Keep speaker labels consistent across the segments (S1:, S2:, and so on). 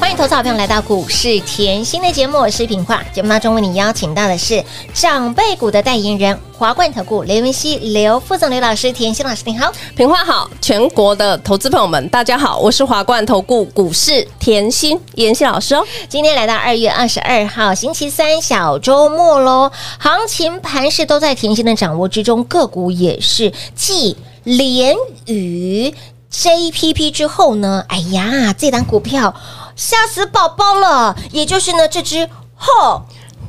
S1: 欢迎投资好朋友来到股市甜心的节目，我是品化。节目当中为你邀请到的是长辈股的代言人华冠投顾刘云熙、刘副总、刘老师、甜心老师，你好。
S2: 平话好，全国的投资朋友们，大家好，我是华冠投顾股市甜心妍希老师哦。
S1: 今天来到二月二十二号星期三小周末喽，行情盘势都在甜心的掌握之中，个股也是继连雨 JPP 之后呢，哎呀，这档股票吓死宝宝了，也就是呢这只后。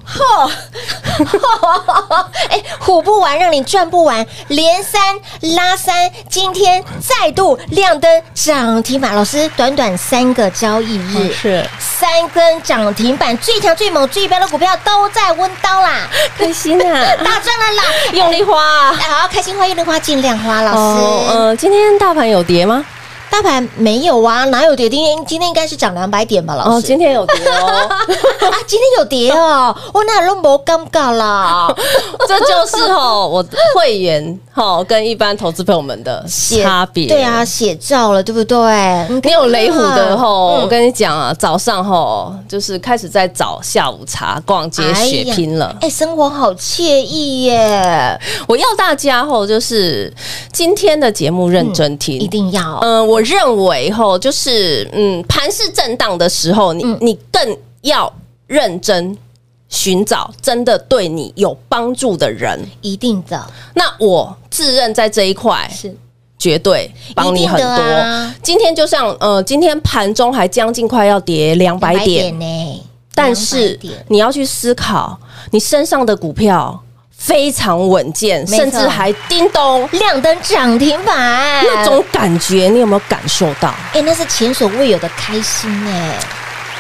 S1: 嚯！ 哎，唬不完，让你赚不完，连三拉三，今天再度亮灯涨停板。老师，短短三个交易日，
S2: 是
S1: 三根涨停板，最强、最猛、最标的股票都在温刀啦，
S2: 开心啊，
S1: 大赚了啦！
S2: 用力花、啊。
S1: 好，开心花、用力花、尽量花，老师。
S2: 呃，今天大盘有跌吗？
S1: 大盘没有啊，哪有跌？今天今天应该是涨两百点吧，老
S2: 哦，
S1: 师。
S2: 今天有跌 哦，
S1: 啊，今天有跌 哦，我那都没尴尬啦。
S2: 这就是哦，我会员哦跟一般投资朋友们的
S1: 写
S2: 差别。
S1: 对啊，，写照了，对不对？啊
S2: 你有雷虎的吼，
S1: 嗯
S2: 我跟你讲啊，早上吼就是开始在找下午茶、逛街、
S1: 哎
S2: 血
S1: 呀
S2: 拼了。
S1: 哎，生活好惬意耶，
S2: 我要大家吼，就是今天的节目认真听，
S1: 一。定要
S2: 嗯、我认为吼，就是嗯，盘势震荡的时候，你、
S1: 嗯
S2: 你更要认真寻找真的对你有帮助的人。
S1: 一定的，
S2: 那我自认在这一块
S1: 是
S2: 绝对帮你很
S1: 一
S2: 多。
S1: 定的啊
S2: 今天就像呃，今天盘中还将近快要跌两百点，
S1: 呢。
S2: 但
S1: 200
S2: 是
S1: 点
S2: 你要去思考，你身上的股票非常稳健，
S1: 没错
S2: 甚至还叮咚
S1: 亮灯涨停板，
S2: 那种感觉，你有没有感受到？
S1: 哎，那是前所未有的开心哎。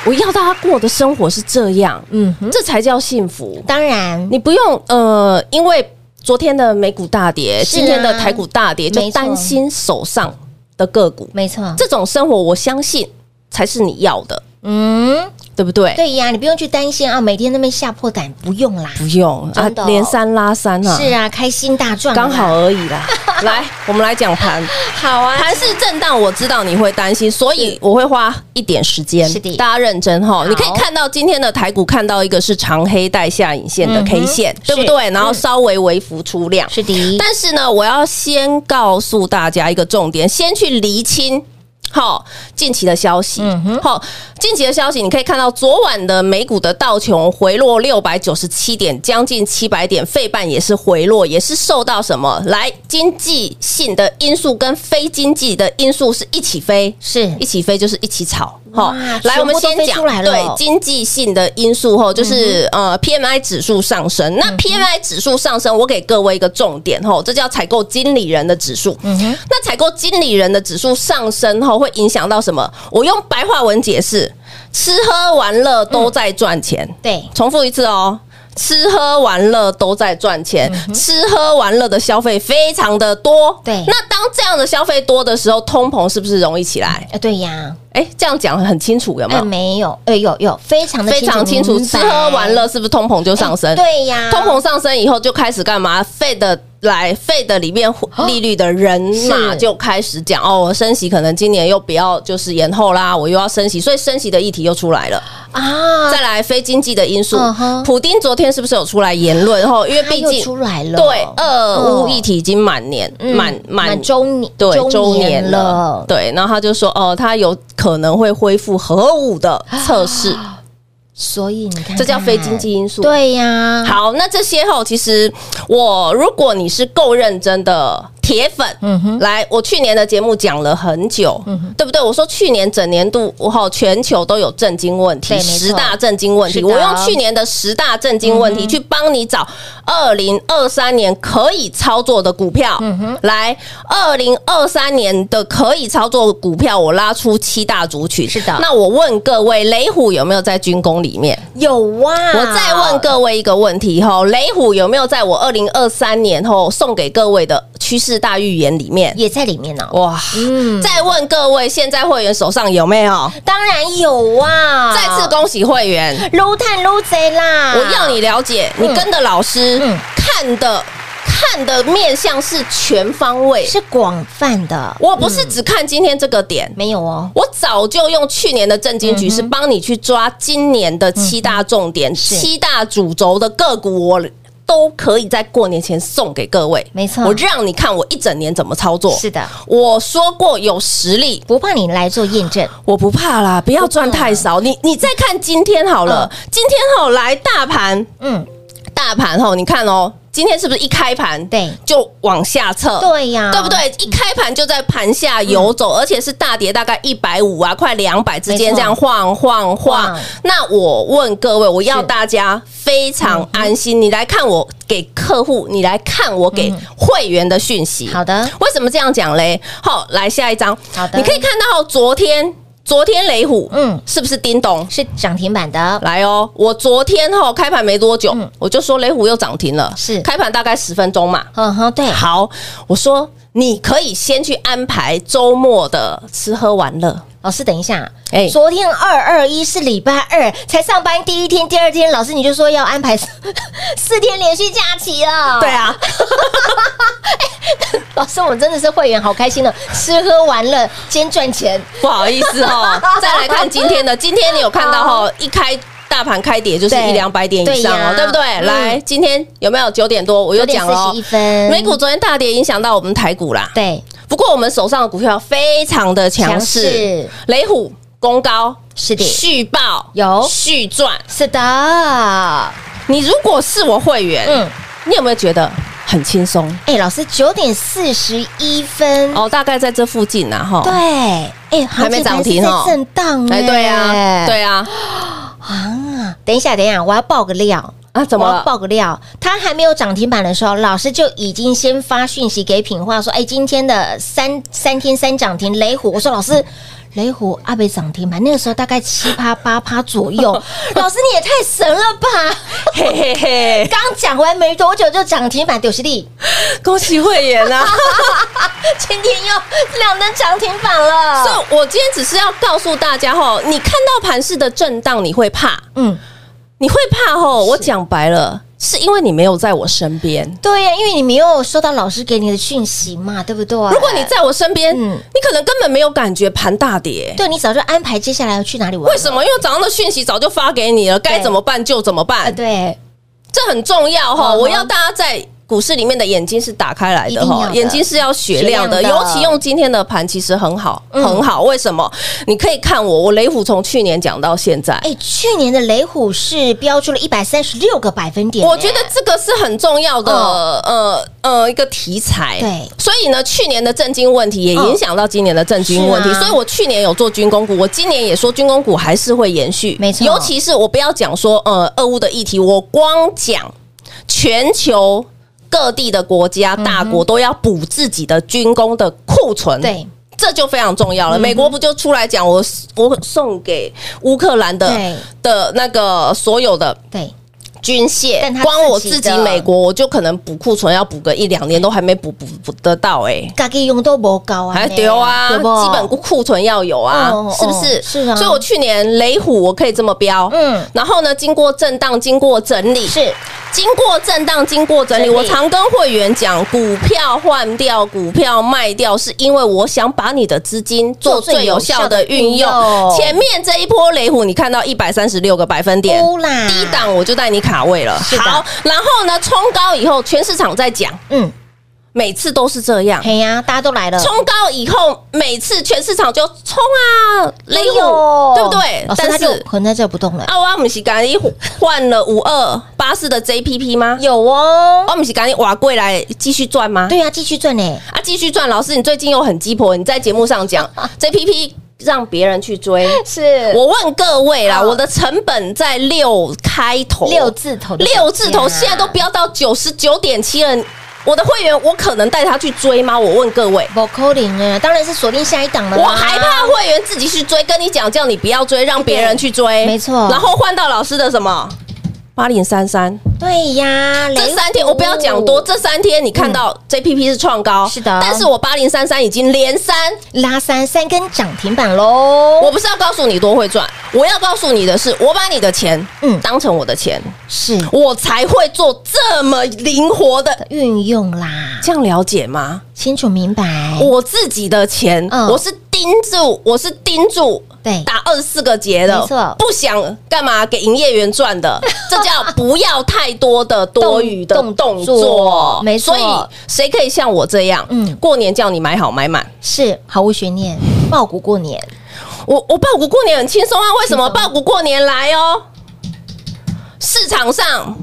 S2: 我要大家过的生活是这样，
S1: 嗯哼，
S2: 这才叫幸福。
S1: 当然
S2: 你不用呃，因为昨天的美股大跌，
S1: 是啊
S2: 今天的台股大跌，就
S1: 没错
S2: 担心手上的个股。
S1: 没错，
S2: 这种生活，我相信才是你要的，
S1: 嗯，
S2: 对不对？
S1: 对呀，你不用去担心啊，每天那边吓破胆，不用啦。
S2: 不用啊
S1: 真的，哦
S2: 连三拉三啊，
S1: 是啊，开心大赚啦，
S2: 刚好而已 啦。来，我们来讲盘。
S1: 好啊，
S2: 盘市震荡，我知道你会担心，所以我会花一点时间，
S1: 是的
S2: 大家认真哈。你可以看到今天的台股，看到一个是长黑带下影线的
S1: 嗯哼
S2: K 线，对不
S1: 是
S2: 对？然后稍微微幅出量，
S1: 是的，
S2: 但是呢，我要先告诉大家一个重点，先去厘清。好，近期的消息，
S1: 嗯哼
S2: 好，近期的消息，你可以看到昨晚的美股的道琼回落六百九十七点，将近七百点，费半也是回落，也是受到什么来经济性的因素跟非经济的因素是一起飞，
S1: 是
S2: 一起飞就是一起炒。
S1: 嗯哇
S2: 哈，来，我
S1: 全部
S2: 们
S1: 都
S2: 先
S1: 飞
S2: 讲
S1: 出来了嗯
S2: 对经济性的因素哈，就是、呃 PMI 指数上升。那 PMI 指数上升，我给各位一个重点哈，这叫采购经理人的指数。
S1: 嗯哼
S2: 那采购经理人的指数上升后，会影响到什么？我用白话文解释：吃喝玩乐都在赚钱。
S1: 对，
S2: 重复一次哦。吃喝玩乐都在赚钱，
S1: 嗯
S2: 吃喝玩乐的消费非常的多。
S1: 对
S2: 那当这样的消费多的时候，通膨是不是容易起来？
S1: 啊，对呀，
S2: 哎，这样讲很清楚，有没
S1: 哎，
S2: 有？
S1: 没有，哎，有有，非常的
S2: 非常清楚，
S1: 明
S2: 吃
S1: 白啊哎
S2: 喝玩乐是不是通膨就上升？
S1: 对啊呀，
S2: 通膨上升以后就开始干嘛？费的来费的里面利率的人嘛
S1: 是
S2: 就开始讲哦，升息可能今年又不要就是延后啦，我又要升息，所以升息的议题又出来了。
S1: 啊，
S2: 再来非经济的因素
S1: 嗯哼，
S2: 普丁昨天是不是有出来言论？后因为
S1: 它
S2: 毕
S1: 又
S2: 竟
S1: 出来了，
S2: 对俄乌
S1: 哦
S2: 议题已经满年
S1: 嗯
S2: 满满
S1: 周年
S2: 对
S1: 周年
S2: 了
S1: 了，，
S2: 对，然后他就说哦，他有可能会恢复核武的测试，
S1: 啊所以你看，
S2: 这叫非经济，因素。
S1: 对呀，
S2: 好，那这些后其实我如果你是够认真的。铁粉，
S1: 嗯
S2: 嗯
S1: 哼嗯
S2: 哼，来，我去年的节目讲了很久，对不对？我说去年整年度，我好全球都有震惊问
S1: 对
S2: 题，
S1: 没错
S2: 十大震惊问
S1: 是
S2: 题，
S1: 的嗯
S2: 我用去年的十大震惊问题去帮你找二零二三年可以操作的股票，
S1: 嗯
S2: 来，二零二三年的可以操作股票，我拉出七大族群，
S1: 是的
S2: 那我问各位，雷虎有没有在军工里面？
S1: 有哇、
S2: 我再问各位一个问题吼，雷虎有没有在我二零二三年后送给各位的趋势大预言里面？
S1: 也在里面哦。
S2: 哇！
S1: 嗯，
S2: 再问各位，现在会员手上有没有？
S1: 当然有哇、
S2: 再次恭喜会员！
S1: 撸探撸贼啦！
S2: 我要你了解，你
S1: 嗯
S2: 跟的老师
S1: 啊嗯
S2: 看的看的面向是全方位，
S1: 是广泛的，
S2: 我不是只看今天这个点。
S1: 没有哦。
S2: 我早就用去年的震惊局
S1: 嗯
S2: 势帮你去抓今年的七大重点、
S1: 是
S2: 七大主轴的个股，我都可以在过年前送给各位。
S1: 没错
S2: 我让你看我一整年怎么操作。
S1: 是的，
S2: 我说过有实力。
S1: 不怕你来做验证，
S2: 我不怕啦，不要赚太少。你你再看今天好了，今天吼来大盘，
S1: 嗯，
S2: 大盘吼，你看哦，今天是不是一开盘
S1: 对
S2: 就往下测？
S1: 对呀，
S2: 对不？对？一开盘就在盘下游走，而且是大跌大概一百五啊，快两百
S1: 嗯
S2: 之
S1: 没
S2: 间
S1: 错
S2: 这样晃晃晃
S1: 晃。
S2: 那我问各位，我要
S1: 是嗯
S2: 大家非常安心，你来看我给客户，你来看我给会员的讯息。
S1: 好的，
S2: 为什么这样讲嘞？好，来下一张。
S1: 好的
S2: 你可以看到哦昨天，昨天雷虎，
S1: 嗯
S2: 嗯，是不是叮咚？
S1: 是涨停板的，
S2: 来哦，我昨天哈开盘没多久，我就说雷虎又涨停了，
S1: 嗯是
S2: 开盘大概十分钟嘛，
S1: 嗯哼，对，
S2: 好，我说你可以先去安排周末的吃喝玩乐。
S1: 老师，等一下，
S2: 哎
S1: 昨天二二一是礼拜二，才上班第一天、第二天，老师你就说要安排 四天连续假期了。
S2: 对，啊，
S1: 老师，我真的是会员，好开心哦，吃喝玩乐兼赚钱，
S2: 不好意思 哦。再来看今天的，今天你有看到哦，一开。大盘开跌就是
S1: 对
S2: 一两百点以上
S1: 对
S2: 哦，
S1: 呀
S2: 对不对？
S1: 嗯
S2: 来，今天有没有九点多？我又讲了
S1: 四
S2: 哦
S1: 十一，分，
S2: 美股昨天大跌，影响到我们台股啦。
S1: 对
S2: 不过我们手上的股票非常的强势，雷虎、公高、
S1: 是的，
S2: 续报
S1: 有
S2: 续赚。
S1: 是
S2: 哎
S1: 的，
S2: 你如果是我会员，
S1: 嗯，
S2: 你有没有觉得很轻松？
S1: 哎，老师九点四十一分，
S2: 哦，大概在这附近呐，哈。
S1: 对，哎，行
S2: 还没
S1: 情
S2: 涨停
S1: 盘是
S2: 哦
S1: 在震荡，
S2: 哎，对啊，对啊，
S1: 啊，等一下，等一下，我要爆个料。
S2: 啊，怎么
S1: 我要
S2: 了？
S1: 爆个料，它还没有涨停板的时候，老师就已经先发讯息给品化说：“哎，今天的三三天三涨停雷虎。”我说：“老师，雷虎阿北涨停板，那个时候大概七趴八趴左 右。”老师你也太神了吧！
S2: 嘿嘿嘿，
S1: 刚讲完没多久就涨停板，丢失利，
S2: 恭喜会员 啊！
S1: 今天又两根涨停板了。
S2: 所以，我今天只是要告诉大家吼，你看到盘市的震荡，你会怕，
S1: 嗯，
S2: 你会怕吼。我讲白了，是因为你没有在我身边。
S1: 对呀、因为你没有收到老师给你的讯息嘛，对不啊对？
S2: 如果你在我身边，
S1: 嗯
S2: 你可能根本没有感觉盘大跌。
S1: 对你早就安排接下来要去哪里玩了，
S2: 为什么？因为早上的讯息早就发给你了，该怎么办就怎么
S1: 啊？
S2: 办，
S1: 对，
S2: 这很重要哈。
S1: 嗯哼
S2: 我要大家在股市里面的眼睛是打开来
S1: 一
S2: 的
S1: 定要
S2: 哈
S1: 的，
S2: 眼睛是要雪亮的。
S1: 雪亮的
S2: 尤其用今天的盘，其实很好，
S1: 嗯
S2: 很好。为什么？你可以看我，我雷虎从去年讲到现在。
S1: 哎，去年的雷虎是标出了一百三十六个百分点，嗯
S2: 我觉得这个是很重要的，呃呃，一个题材。
S1: 对
S2: 所以呢，去年的震惊问题也影响到今年的震惊问题。
S1: 是啊
S2: 所以我去年有做军工股，我今年也说军工股还是会延续，
S1: 没错
S2: 尤其是我不要讲说呃俄乌的议题，我光讲全球。各地的国家、大国都要补自己的军工的库存，
S1: 嗯对，嗯
S2: 这就非常重要了。美国不就出来讲，我我送给乌克兰的
S1: 对
S2: 的那个所有的
S1: 对，
S2: 军械
S1: 但他，
S2: 光我
S1: 自己
S2: 自己
S1: 的
S2: 美国，我就可能补库存要补个一两年，都还没补补补得到哎、欸。
S1: 嘎给用都不高啊，
S2: 还丢啊，
S1: 对不
S2: 基本库存要有啊
S1: 哦，
S2: 是不
S1: 哦
S2: 是？
S1: 是啊
S2: 所以我去年雷虎我可以这么标，
S1: 嗯
S2: 嗯，然后呢，经过震荡，经过整理，
S1: 是
S2: 经过震荡，经过整理，
S1: 整理
S2: 我常跟会员讲，股票换掉，股票卖掉，是因为我想把你的资金做最有效的运用
S1: 做最有效的运用。
S2: 前面这一波雷虎，你看到一百三十六个百分点
S1: 哭，啦，
S2: 低，档我就带你卡位了。
S1: 是的
S2: 好，然后呢，冲高以后，全市场在讲，
S1: 嗯，
S2: 每次都是这样。
S1: 嘿呀，大家都来了，
S2: 冲高以后，每次全市场就冲啊，雷
S1: 哎
S2: 雨，
S1: 呦
S2: 对不对
S1: 哦？所以
S2: 但
S1: 他就是横在这不动了。
S2: 啊，我们是赶紧换了五二八四的 JPP 吗？
S1: 有哦，
S2: 我们是赶紧瓦柜来继续赚吗？
S1: 对呀，继续赚呢。
S2: 啊，继续赚。老师，你最近又很鸡婆，你在节目 上讲 JPP 让别人去追。
S1: 是
S2: 我问各位啦，
S1: 嗯
S2: 我的成本在六开头，
S1: 六字头的股啊价，
S2: 六字头，现在都飙到九十九点七了。我的会员，我可能带他去追吗？我问各位，
S1: 不扣零啊，当然是锁定下一档了啊啦。
S2: 我害怕会员自己去追，跟你讲叫你不要追，让别人去追，
S1: 没错
S2: 然后换到老师的什么八零三三，
S1: 对呀，
S2: 这
S1: 雷
S2: 三天
S1: 虎
S2: 我不要讲多，这三天你看到 JPP 是创高，
S1: 嗯是的
S2: 但是我八零三三已经连三，
S1: 拉三三根涨停板喽。
S2: 我不是要告诉你多会赚，我要告诉你的是，我把你的钱，
S1: 嗯
S2: 嗯，当成我的钱，
S1: 是
S2: 我才会做这么灵活的，
S1: 运用啦，
S2: 这样了解吗？
S1: 清楚明白。
S2: 我自己的钱，
S1: 嗯
S2: 我是盯住，我是盯住。
S1: 对
S2: 打二十四个结的，
S1: 没错
S2: 不想干嘛给营业员赚的，这 叫不要太多的多余的
S1: 动
S2: 动
S1: 动
S2: 作，
S1: 作没错
S2: 所以谁可以像我这样，
S1: 嗯
S2: 嗯，过年叫你买好买满，
S1: 是毫无悬念，爆股过年
S2: 我我报股过年很轻松啊，为什么
S1: 轻松
S2: 报股过年来哦？市场上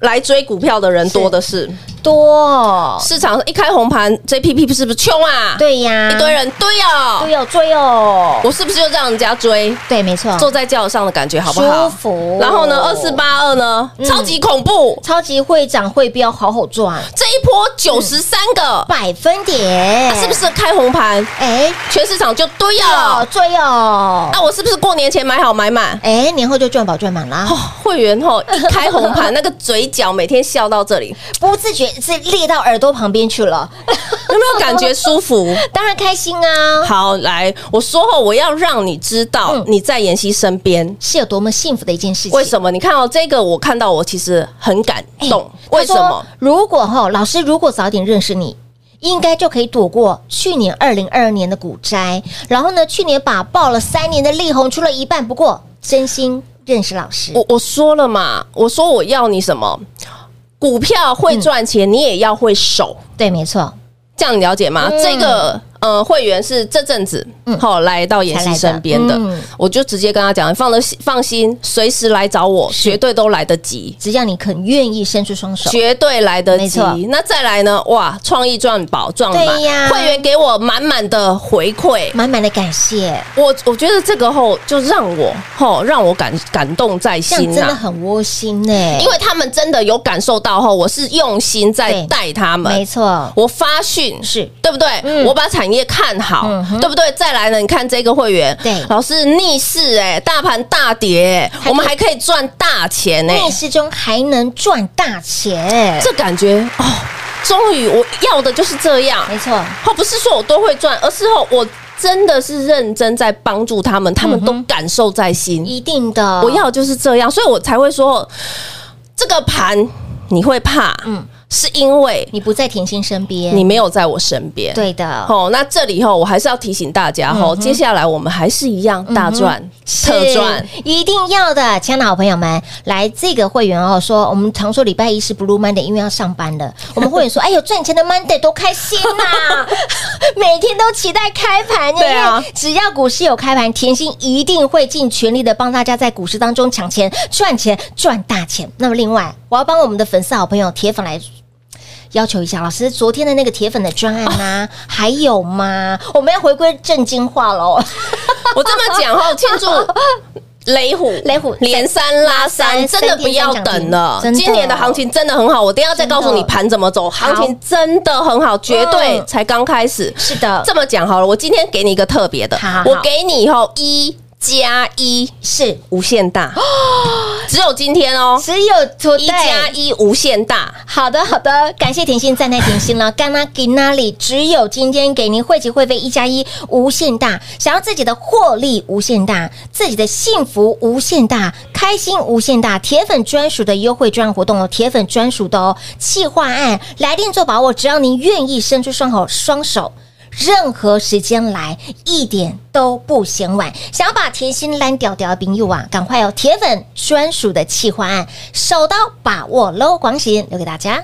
S2: 来追股票的人多的是，
S1: 多哦，
S2: 市场上一开红盘，JPP 是不是冲啊？，
S1: 对呀，
S2: 一堆人对哦，
S1: 追哦追哦，
S2: 我是不是就让人家追？
S1: 对，没错，
S2: 坐在轿上的感觉好不好？
S1: 嗯舒服
S2: 然后呢，二四八二呢，
S1: 嗯
S2: 超级恐怖，
S1: 超级会长会标，好好赚，
S2: 这一波九十三个，
S1: 百分点
S2: 啊是不？是开红盘，
S1: 哎，
S2: 全市场就对
S1: 哦
S2: 了？啊
S1: 追哦，
S2: 那我是不是过年前买好买满？
S1: 哎，年后就赚饱赚满啦
S2: 哦，，会员吼一开 红盘，那个嘴角每天笑到这里，
S1: 不自觉是裂到耳朵旁边去了，
S2: 有没有感觉 舒服？
S1: 当然开心啊，
S2: 好，来，我说后我要让你知道
S1: 嗯
S2: 你在妍希身边。
S1: 是有多么幸福的一件事情。
S2: 为什么？你看哦，这个我看到我其实很感动。为什
S1: 哎他说
S2: 么？？
S1: 如果哈，老师如果早点认识你。应该就可以躲过去年二零二二年的股灾，然后呢，去年把报了三年的力宏出了一半，不过真心认识老师，
S2: 我我说了嘛，我说我要你什么？股票会赚钱，你也要会守，
S1: 对，没错，
S2: 这样你了解吗？
S1: 嗯
S2: 这个呃，会员是这阵子
S1: 嗯
S2: 好、来到妍希身边的，
S1: 才来的嗯
S2: 我就直接跟他讲，放得放心，随时来找我，绝对都来得及。
S1: 只要你肯愿意伸出双手，
S2: 绝对来得
S1: 没
S2: 及
S1: 错。
S2: 那再来呢？哇，创意赚宝赚满
S1: 对呀，
S2: 会员给我满满的回馈。
S1: 满满的感谢，
S2: 我我觉得这个后就让我后让我感感动在
S1: 这样
S2: 心啊，
S1: 真的很窝心呢、
S2: 因为他们真的有感受到后，我是用心在
S1: 对
S2: 带他
S1: 没
S2: 们。
S1: 错，
S2: 我发讯
S1: 是
S2: 对不对？
S1: 嗯
S2: 我把产业看好，
S1: 嗯哼
S2: 对不对？再来呢，你看这个会员，
S1: 对
S2: 老师逆势哎、大盘大跌、
S1: 可以
S2: 我们还可以赚大钱哎、
S1: 逆势中还能赚大钱，
S2: 这感觉哦，终于我要的就是这样。
S1: 没错，
S2: 哦，不是说我都会赚，而是哦，我真的是认真在帮助他们，他们都
S1: 嗯哼
S2: 感受在心。
S1: 一定的，
S2: 我要的就是这样，所以我才会说这个盘你会怕，
S1: 嗯
S2: 嗯，是因为
S1: 你不在甜心身边，
S2: 你没有在我身边。。
S1: 对嗯的，
S2: 哦，那这里吼，我还是要提醒大家吼，接下来我们还是一样大赚、特赚，
S1: 嗯是一定要的，亲爱的好朋友们，来这个会员哦，说我们常说礼拜一是 Blue Monday，因为要上班的，我们会员说，哎 呦，赚钱的 Monday 多开心呐、 每天都期待开盘，
S2: 对啊
S1: 因为只要股市有开盘，甜心一定会尽全力的帮大家在股市当中抢钱、赚钱、赚大钱。那么另外，我要帮我们的粉丝好朋友铁粉来。要求一下，老师，昨天的那个铁粉的专案 啊，还有吗？我们要回归正经话喽。
S2: 我这么讲吼，庆 祝雷虎
S1: 雷虎
S2: 连三拉
S1: 三
S2: 三，真的不要
S1: 三天三
S2: 等
S1: 涨
S2: 了
S1: 停真。的
S2: 今年的行情真的很好，我等一下再告诉
S1: 真的
S2: 你盘怎么走，行
S1: 好
S2: 情真的很好，绝对
S1: 嗯
S2: 才刚开始。
S1: 是的，
S2: 这么讲好了，我今天给你一个特别的
S1: 好好，
S2: 我给你以后一加一
S1: 是
S2: 无限 大，只有今天哦，
S1: 只有 today
S2: 一加一无限大。
S1: 好的，好的，感谢甜心，赞叹甜心 了。干啦给那里，只有今天给您汇集会费一加一无限大，想要自己的获利无限大，自己的幸福无限大，开心无限大。铁粉专属的优惠专案活动哦，铁粉专属的哦，企划案来电做把握，只要您愿意伸出双手，双手。任何时间来，一点都不嫌晚。想要把甜心蓝屌屌的朋友啊，赶快哦！铁粉专属的企划案，手刀把握喽！广喜留给大家。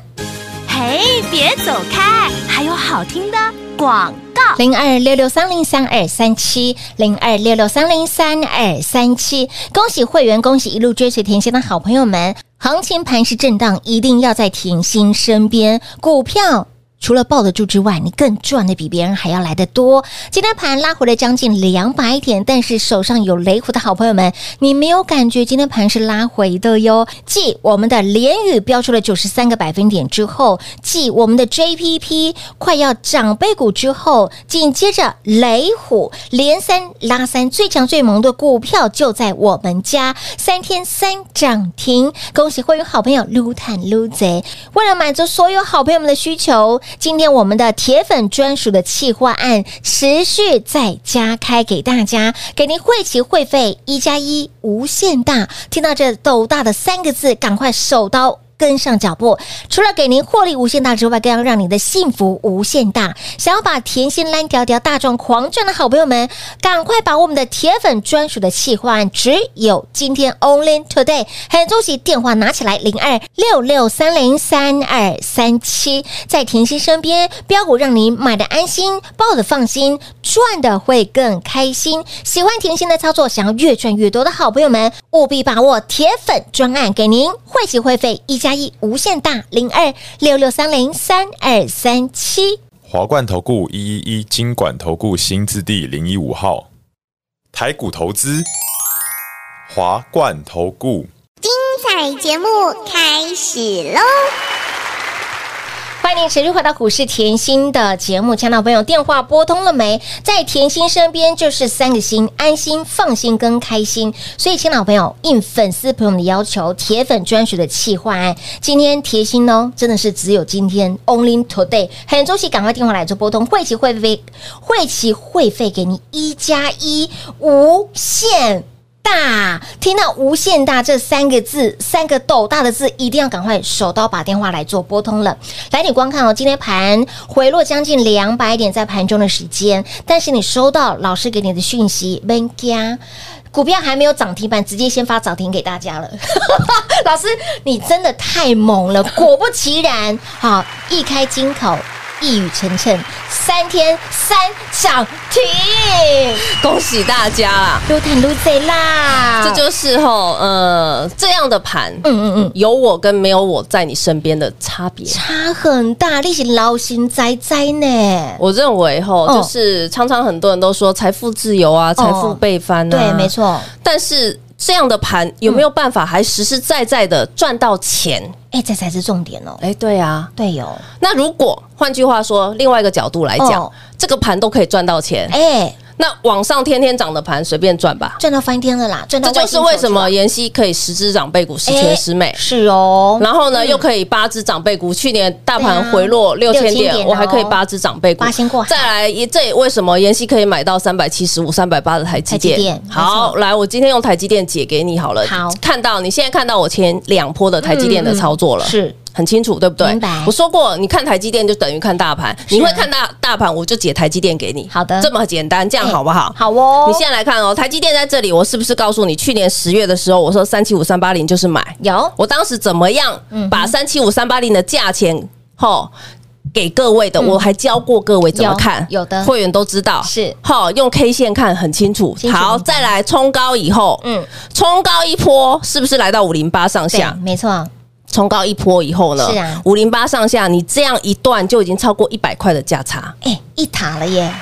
S3: 嘿，嘿，别走开，还有好听的广告。
S1: 零二六六三零三二三七，零二六六三零三二三七。恭喜会员，恭喜一路追随甜心的好朋友们！行情盘是震荡，一定要在甜心身边。股票除了抱得住之外，你更赚的比别人还要来得多。今天盘拉回了将近两百点，但是手上有雷虎的好朋友们，你没有感觉今天盘是拉回的哟。继我们的联宇标出了九十三个百分点之后，继我们的 JPP 快要长辈股之后，紧接着雷虎连三拉三，最强最萌的股票就在我们家，三天三涨停，恭喜会员好朋友撸探撸贼。为了满足所有好朋友们的需求，今天我们的铁粉专属的企划案持续在加开给大家，给您汇齐会费一加一无限大。听到这斗大的三个字，赶快手刀。跟上脚步，除了给您获利无限大之外，更要让你的幸福无限大。想要把甜心蓝条条大赚狂赚的好朋友们，赶快把我们的铁粉专属的企划案，只有今天 only today，很恭喜电话拿起来零二六六三零三二三七，在甜心身边，标股让您买的安心，抱的放心，赚的会更开心。喜欢甜心的操作，想要越赚越多的好朋友们，务必把握铁粉专案，给您汇集会费一加一无限大零二六六三零三二三七。
S4: 华冠投顾一一一金管投顾新字第零一五号，台股投资，华冠投顾。
S5: 彩节目开始喽！
S1: 欢迎您持续回到股市甜心的节目，亲爱的朋友，电话拨通了没？在甜心身边就是三个心：安心、放心跟开心。所以，亲爱的朋友，应粉丝朋友们的要求，铁粉专属的企划案，今天甜心哦，真的是只有今天，only today。很周期，赶快电话来做拨通，汇齐会费，汇齐会费给你一加一无限。大，听到“无限大”这三个字，三个斗大的字，一定要赶快手刀把电话来做拨通了。来，你光看哦，今天盘回落将近两百点，在盘中的时间，但是你收到老师给你的讯息 m a 股票还没有涨停板，直接先发涨停给大家了。 老师，你真的太猛了！果不其然，好，一开金口。一语成谶，三天三涨停，
S2: 恭喜大家啦！
S1: 撸探撸贼啦！
S2: 这就是吼，呃，这样的盘，
S1: 嗯嗯嗯，
S2: 有我跟没有我在你身边的差别。
S1: 差很大，你是劳心哉哉呢。
S2: 我认为吼，
S1: 嗯
S2: 就是常常很多人都说财富自由啊，财富倍翻啊，
S1: 哦对，没。错。
S2: 但是这样的盘有没有办法还实实在在的赚到钱？
S1: 哎，这才是重点哦。
S2: 哎，对啊。
S1: 对哦，
S2: 那如果换句话说，另外一个角度来讲
S1: 哦，
S2: 这个盘都可以赚到钱，
S1: 哎，
S2: 那往上天天涨的盘随便赚吧。
S1: 赚到翻天了啦，赚到
S2: 这就
S1: 外
S2: 是
S1: 星球
S2: 为什么
S1: 去了
S2: 妍希可以十只长辈股十全十美
S1: 哎。是哦。
S2: 然后呢，又可以八只长辈股。去年大盘回落
S1: 对啊
S2: 六千点，
S1: 6000
S2: 我还可以八只长辈股。
S1: 八仙过海
S2: 再来，也这也为什么妍希可以买到三百七十五、三百八的台积
S1: 台
S2: 电？
S1: 积电没
S2: 好，
S1: 错
S2: 来，我今天用台积电解给你好了。
S1: 好嗯
S2: 看到你现在看到我前两波的台积电的操作了，
S1: 是
S2: 很清楚，对不对
S1: 明白？啊
S2: 我说过，你看台积电就等于看大盘，你会看大大盘，我就解台积电给你。
S1: 好的
S2: 这么简单，这样
S1: 哎
S2: 好不好？
S1: 好哦，
S2: 你现在来看哦，台积电在这里，我是不是告诉你，去年十月的时候，我说三七五三八零就是买，
S1: 有
S2: 我当时怎么样
S1: 嗯
S2: 把三七五三八零的价钱吼给各位的，我还教过各位怎么看，
S1: 嗯有有的
S2: 会员都知道
S1: 是
S2: 吼，用 K 线看很清楚
S1: 清。楚
S2: 好，
S1: 明白
S2: 再来冲高以后，
S1: 嗯
S2: 嗯，冲高一波是不是来到五零八上
S1: 对
S2: 下，？
S1: 没错，
S2: 冲高一波以后呢
S1: 是啊，
S2: 五零八上下，你这样一段就已经超过一百块的价差，
S1: 哎，一塔了耶，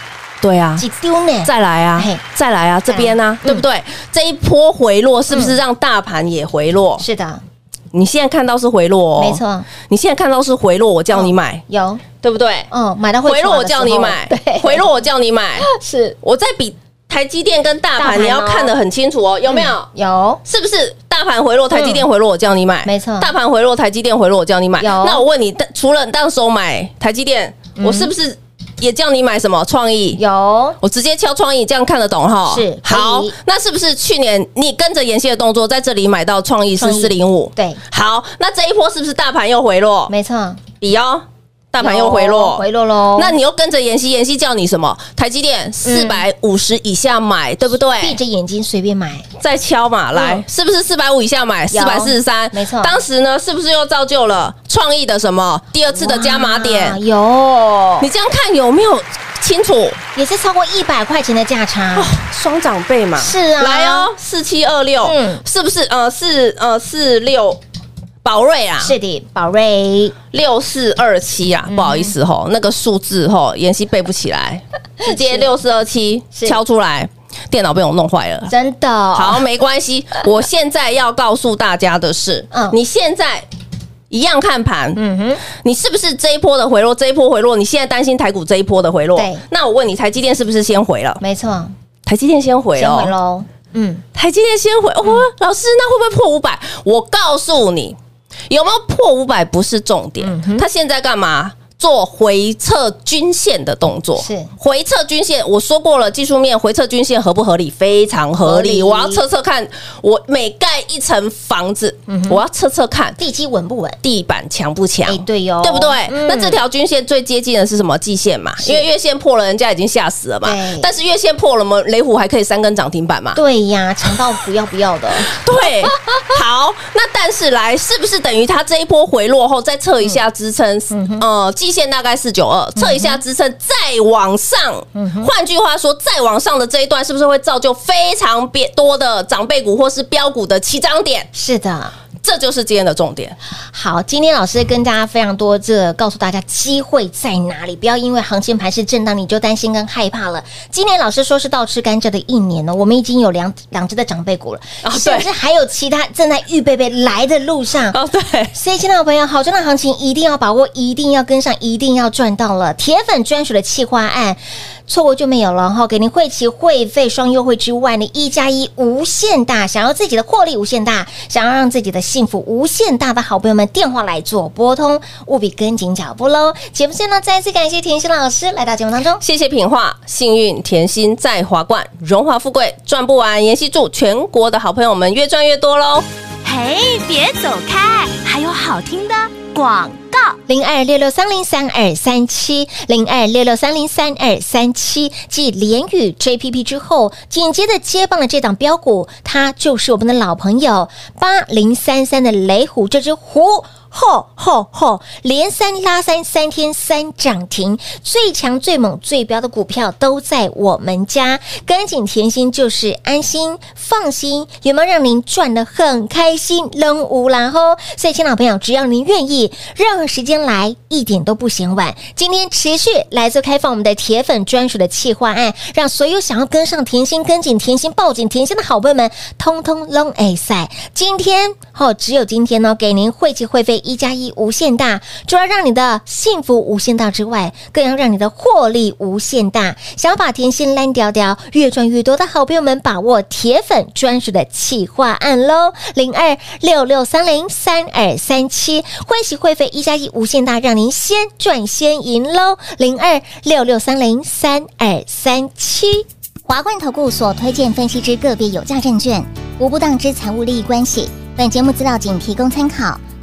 S2: 对啊，
S1: 几丢呢？
S2: 再来啊
S1: 嘿，
S2: 再来啊，这边啊，
S1: 嗯
S2: 对不对？这一波回落是不是让大盘也回落？
S1: 是的，
S2: 你现在看到是回落哦，
S1: 嗯没。错，
S2: 你现在看到是回落，我叫你买，
S1: 有，
S2: 对不对？
S1: 嗯，买到会
S2: 回落
S1: 错
S2: 我
S1: 的时
S2: 叫
S1: 候
S2: 你买，
S1: 对，
S2: 回落我叫你买。
S1: 是
S2: 我在比台积电跟大
S1: 大盘
S2: 盘，
S1: 哦
S2: 你要看得很清楚哦，有没有？
S1: 有，
S2: 是不是大盘回落，台积电回落，我叫你买？
S1: 嗯没错
S2: 大盘回落，台积电回落，我叫你买。
S1: 有嗯
S2: 那我问你，但除了当时候买台积电，我是不是也叫你买什么创意？
S1: 有，
S2: 我直接敲创意，这样看得懂哈？
S1: 是
S2: 好
S1: 可以，
S2: 那是不是去年你跟着妍希的动作，在这里买到创意是
S1: 创意
S2: 四零五？
S1: 对，
S2: 好，那这一波是不是大盘又回落？
S1: 没错，
S2: 比哦，大盘又回
S1: 有
S2: 落，
S1: 回落嗯喽。
S2: 那你又跟着妍希，妍希叫你什么？台积电四百五十以下买，对不
S1: 闭
S2: 对？
S1: 着眼睛随便买，
S2: 再敲嘛，来
S1: 嗯，
S2: 是不是四百五以下买？
S1: 有
S2: 四百四十三，
S1: 没错
S2: 当时呢，是不是又造就了创意的什么第二次的加码
S1: 哇
S2: 点？
S1: 有，
S2: 你这样看有没有清楚？哦
S1: 也是超过一百块钱的价差，
S2: 双长辈嘛，
S1: 是啊
S2: 来哦，四七二六
S1: 嗯，
S2: 是不是？呃，四呃四六。宝瑞啊，
S1: 是嗯的，宝瑞
S2: 六四二七啊，不好意思吼，那个数字吼，妍希背不起 来，直接六四二七
S1: 是
S2: 敲出来，电脑被我弄坏了。
S1: 真的
S2: 好，，没关 系，我现在要告诉大家的是，
S1: 嗯
S2: 你现在一样看盘，
S1: 嗯哼，
S2: 你是不是这一波的回落？这一波回落，你现在担心台股这一波的回落？
S1: 对
S2: 那我问你，台积电是不是先回了？
S1: 没错，
S2: 台积电先回
S1: 先
S2: 了
S1: 回
S2: 哦，
S1: 喽，嗯，
S2: 台积电先回。哦，老师，那会不会破五百？我告诉你，有没有破五百不是重点，
S1: 嗯
S2: 它现在干嘛？做回撤均线的动作，
S1: 是
S2: 回撤均线。我说过了，技术面回撤均线合不合理？非常合理。
S1: 合理
S2: 我要测测看，我每盖一层房子，我要测测看
S1: 地基稳不稳？
S2: 地板强不
S1: 嗯
S2: 强。
S1: 哎，对哟，
S2: 对不对？
S1: 嗯
S2: 那这条均线最接近的是什么？季线嘛，
S1: 是
S2: 因为月线破了，人家已经吓死了嘛
S1: 对。
S2: 但是月线破了嘛，雷虎还可以三根涨停板嘛。
S1: 对呀，强到不要不要的，
S2: 对，好，那但是来是不是等于它这一波回落后再测一下支撑？呃，季线大概四九二，测一下支撑再往上。换句话说，再往上的这一段是不是会造就非常别多的长辈股或是标股的起涨点？
S1: 是的。
S2: 这就是今天的重点。
S1: 好，今天老师跟大家非常多，这告诉大家机会在哪里，不要因为行情盘是震荡你就担心跟害怕了。今年老师说是倒吃甘蔗的一年哦呢，我们已经有两两只的长辈股了，
S2: 哦对
S1: 甚至还有其他正在预备备来的路上。
S2: 哦，对。
S1: 所以，亲爱的朋友，好赚的行情一定要把握，一定要跟上，一定要赚到了！铁粉专属的企划案，错过就没有了哈！给您汇齐会费双优惠之外呢，一加一无限大，想要自己的获利无限大，想要让自己的幸福无限大的好朋友们，电话来做拨通，务必跟紧脚步喽！节目最后呢，再次感谢甜心老师来到节目当中。
S2: 谢谢品画，幸运甜心在华冠，荣华富贵赚不完。妍希祝全国的好朋友们越赚越多喽！
S3: 嘿，别走开，还有好听的广告。
S1: 零二六六三零三二三七，零二六六三零三二三七，继联宇 JPP 之后，紧接着接棒的这档标股，它就是我们的老朋友八零三三的雷虎，这只虎。吼吼吼！连三拉三，三天三涨停，最强、最猛、最标的股票都在我们家。跟紧甜心就是安心放心，有没有让您赚得很开心？扔无然吼！所以，亲老朋友，只要您愿意，任何时间来一点都不嫌晚。今天持续来做开放我们的铁粉专属的企划案，让所有想要跟上甜心、跟紧甜心、抱紧甜心的好朋友们，通通扔哎赛。今天哦，只有今天呢、哦，给您汇集会费一加一无限大，除了让你的幸福无限大之外，更要让你的获利无限大。想要把甜心烂掉掉，越赚越多的好朋友们，把握铁粉专属的企划案喽！零二六六三零三二三七，欢喜会费一加一无限大，让您先赚先赢喽！零二六六三零三二三七。
S5: 华冠投顾所推荐分析之个别有价证券，无不当之财务利益关系。本节目资料仅提供参考，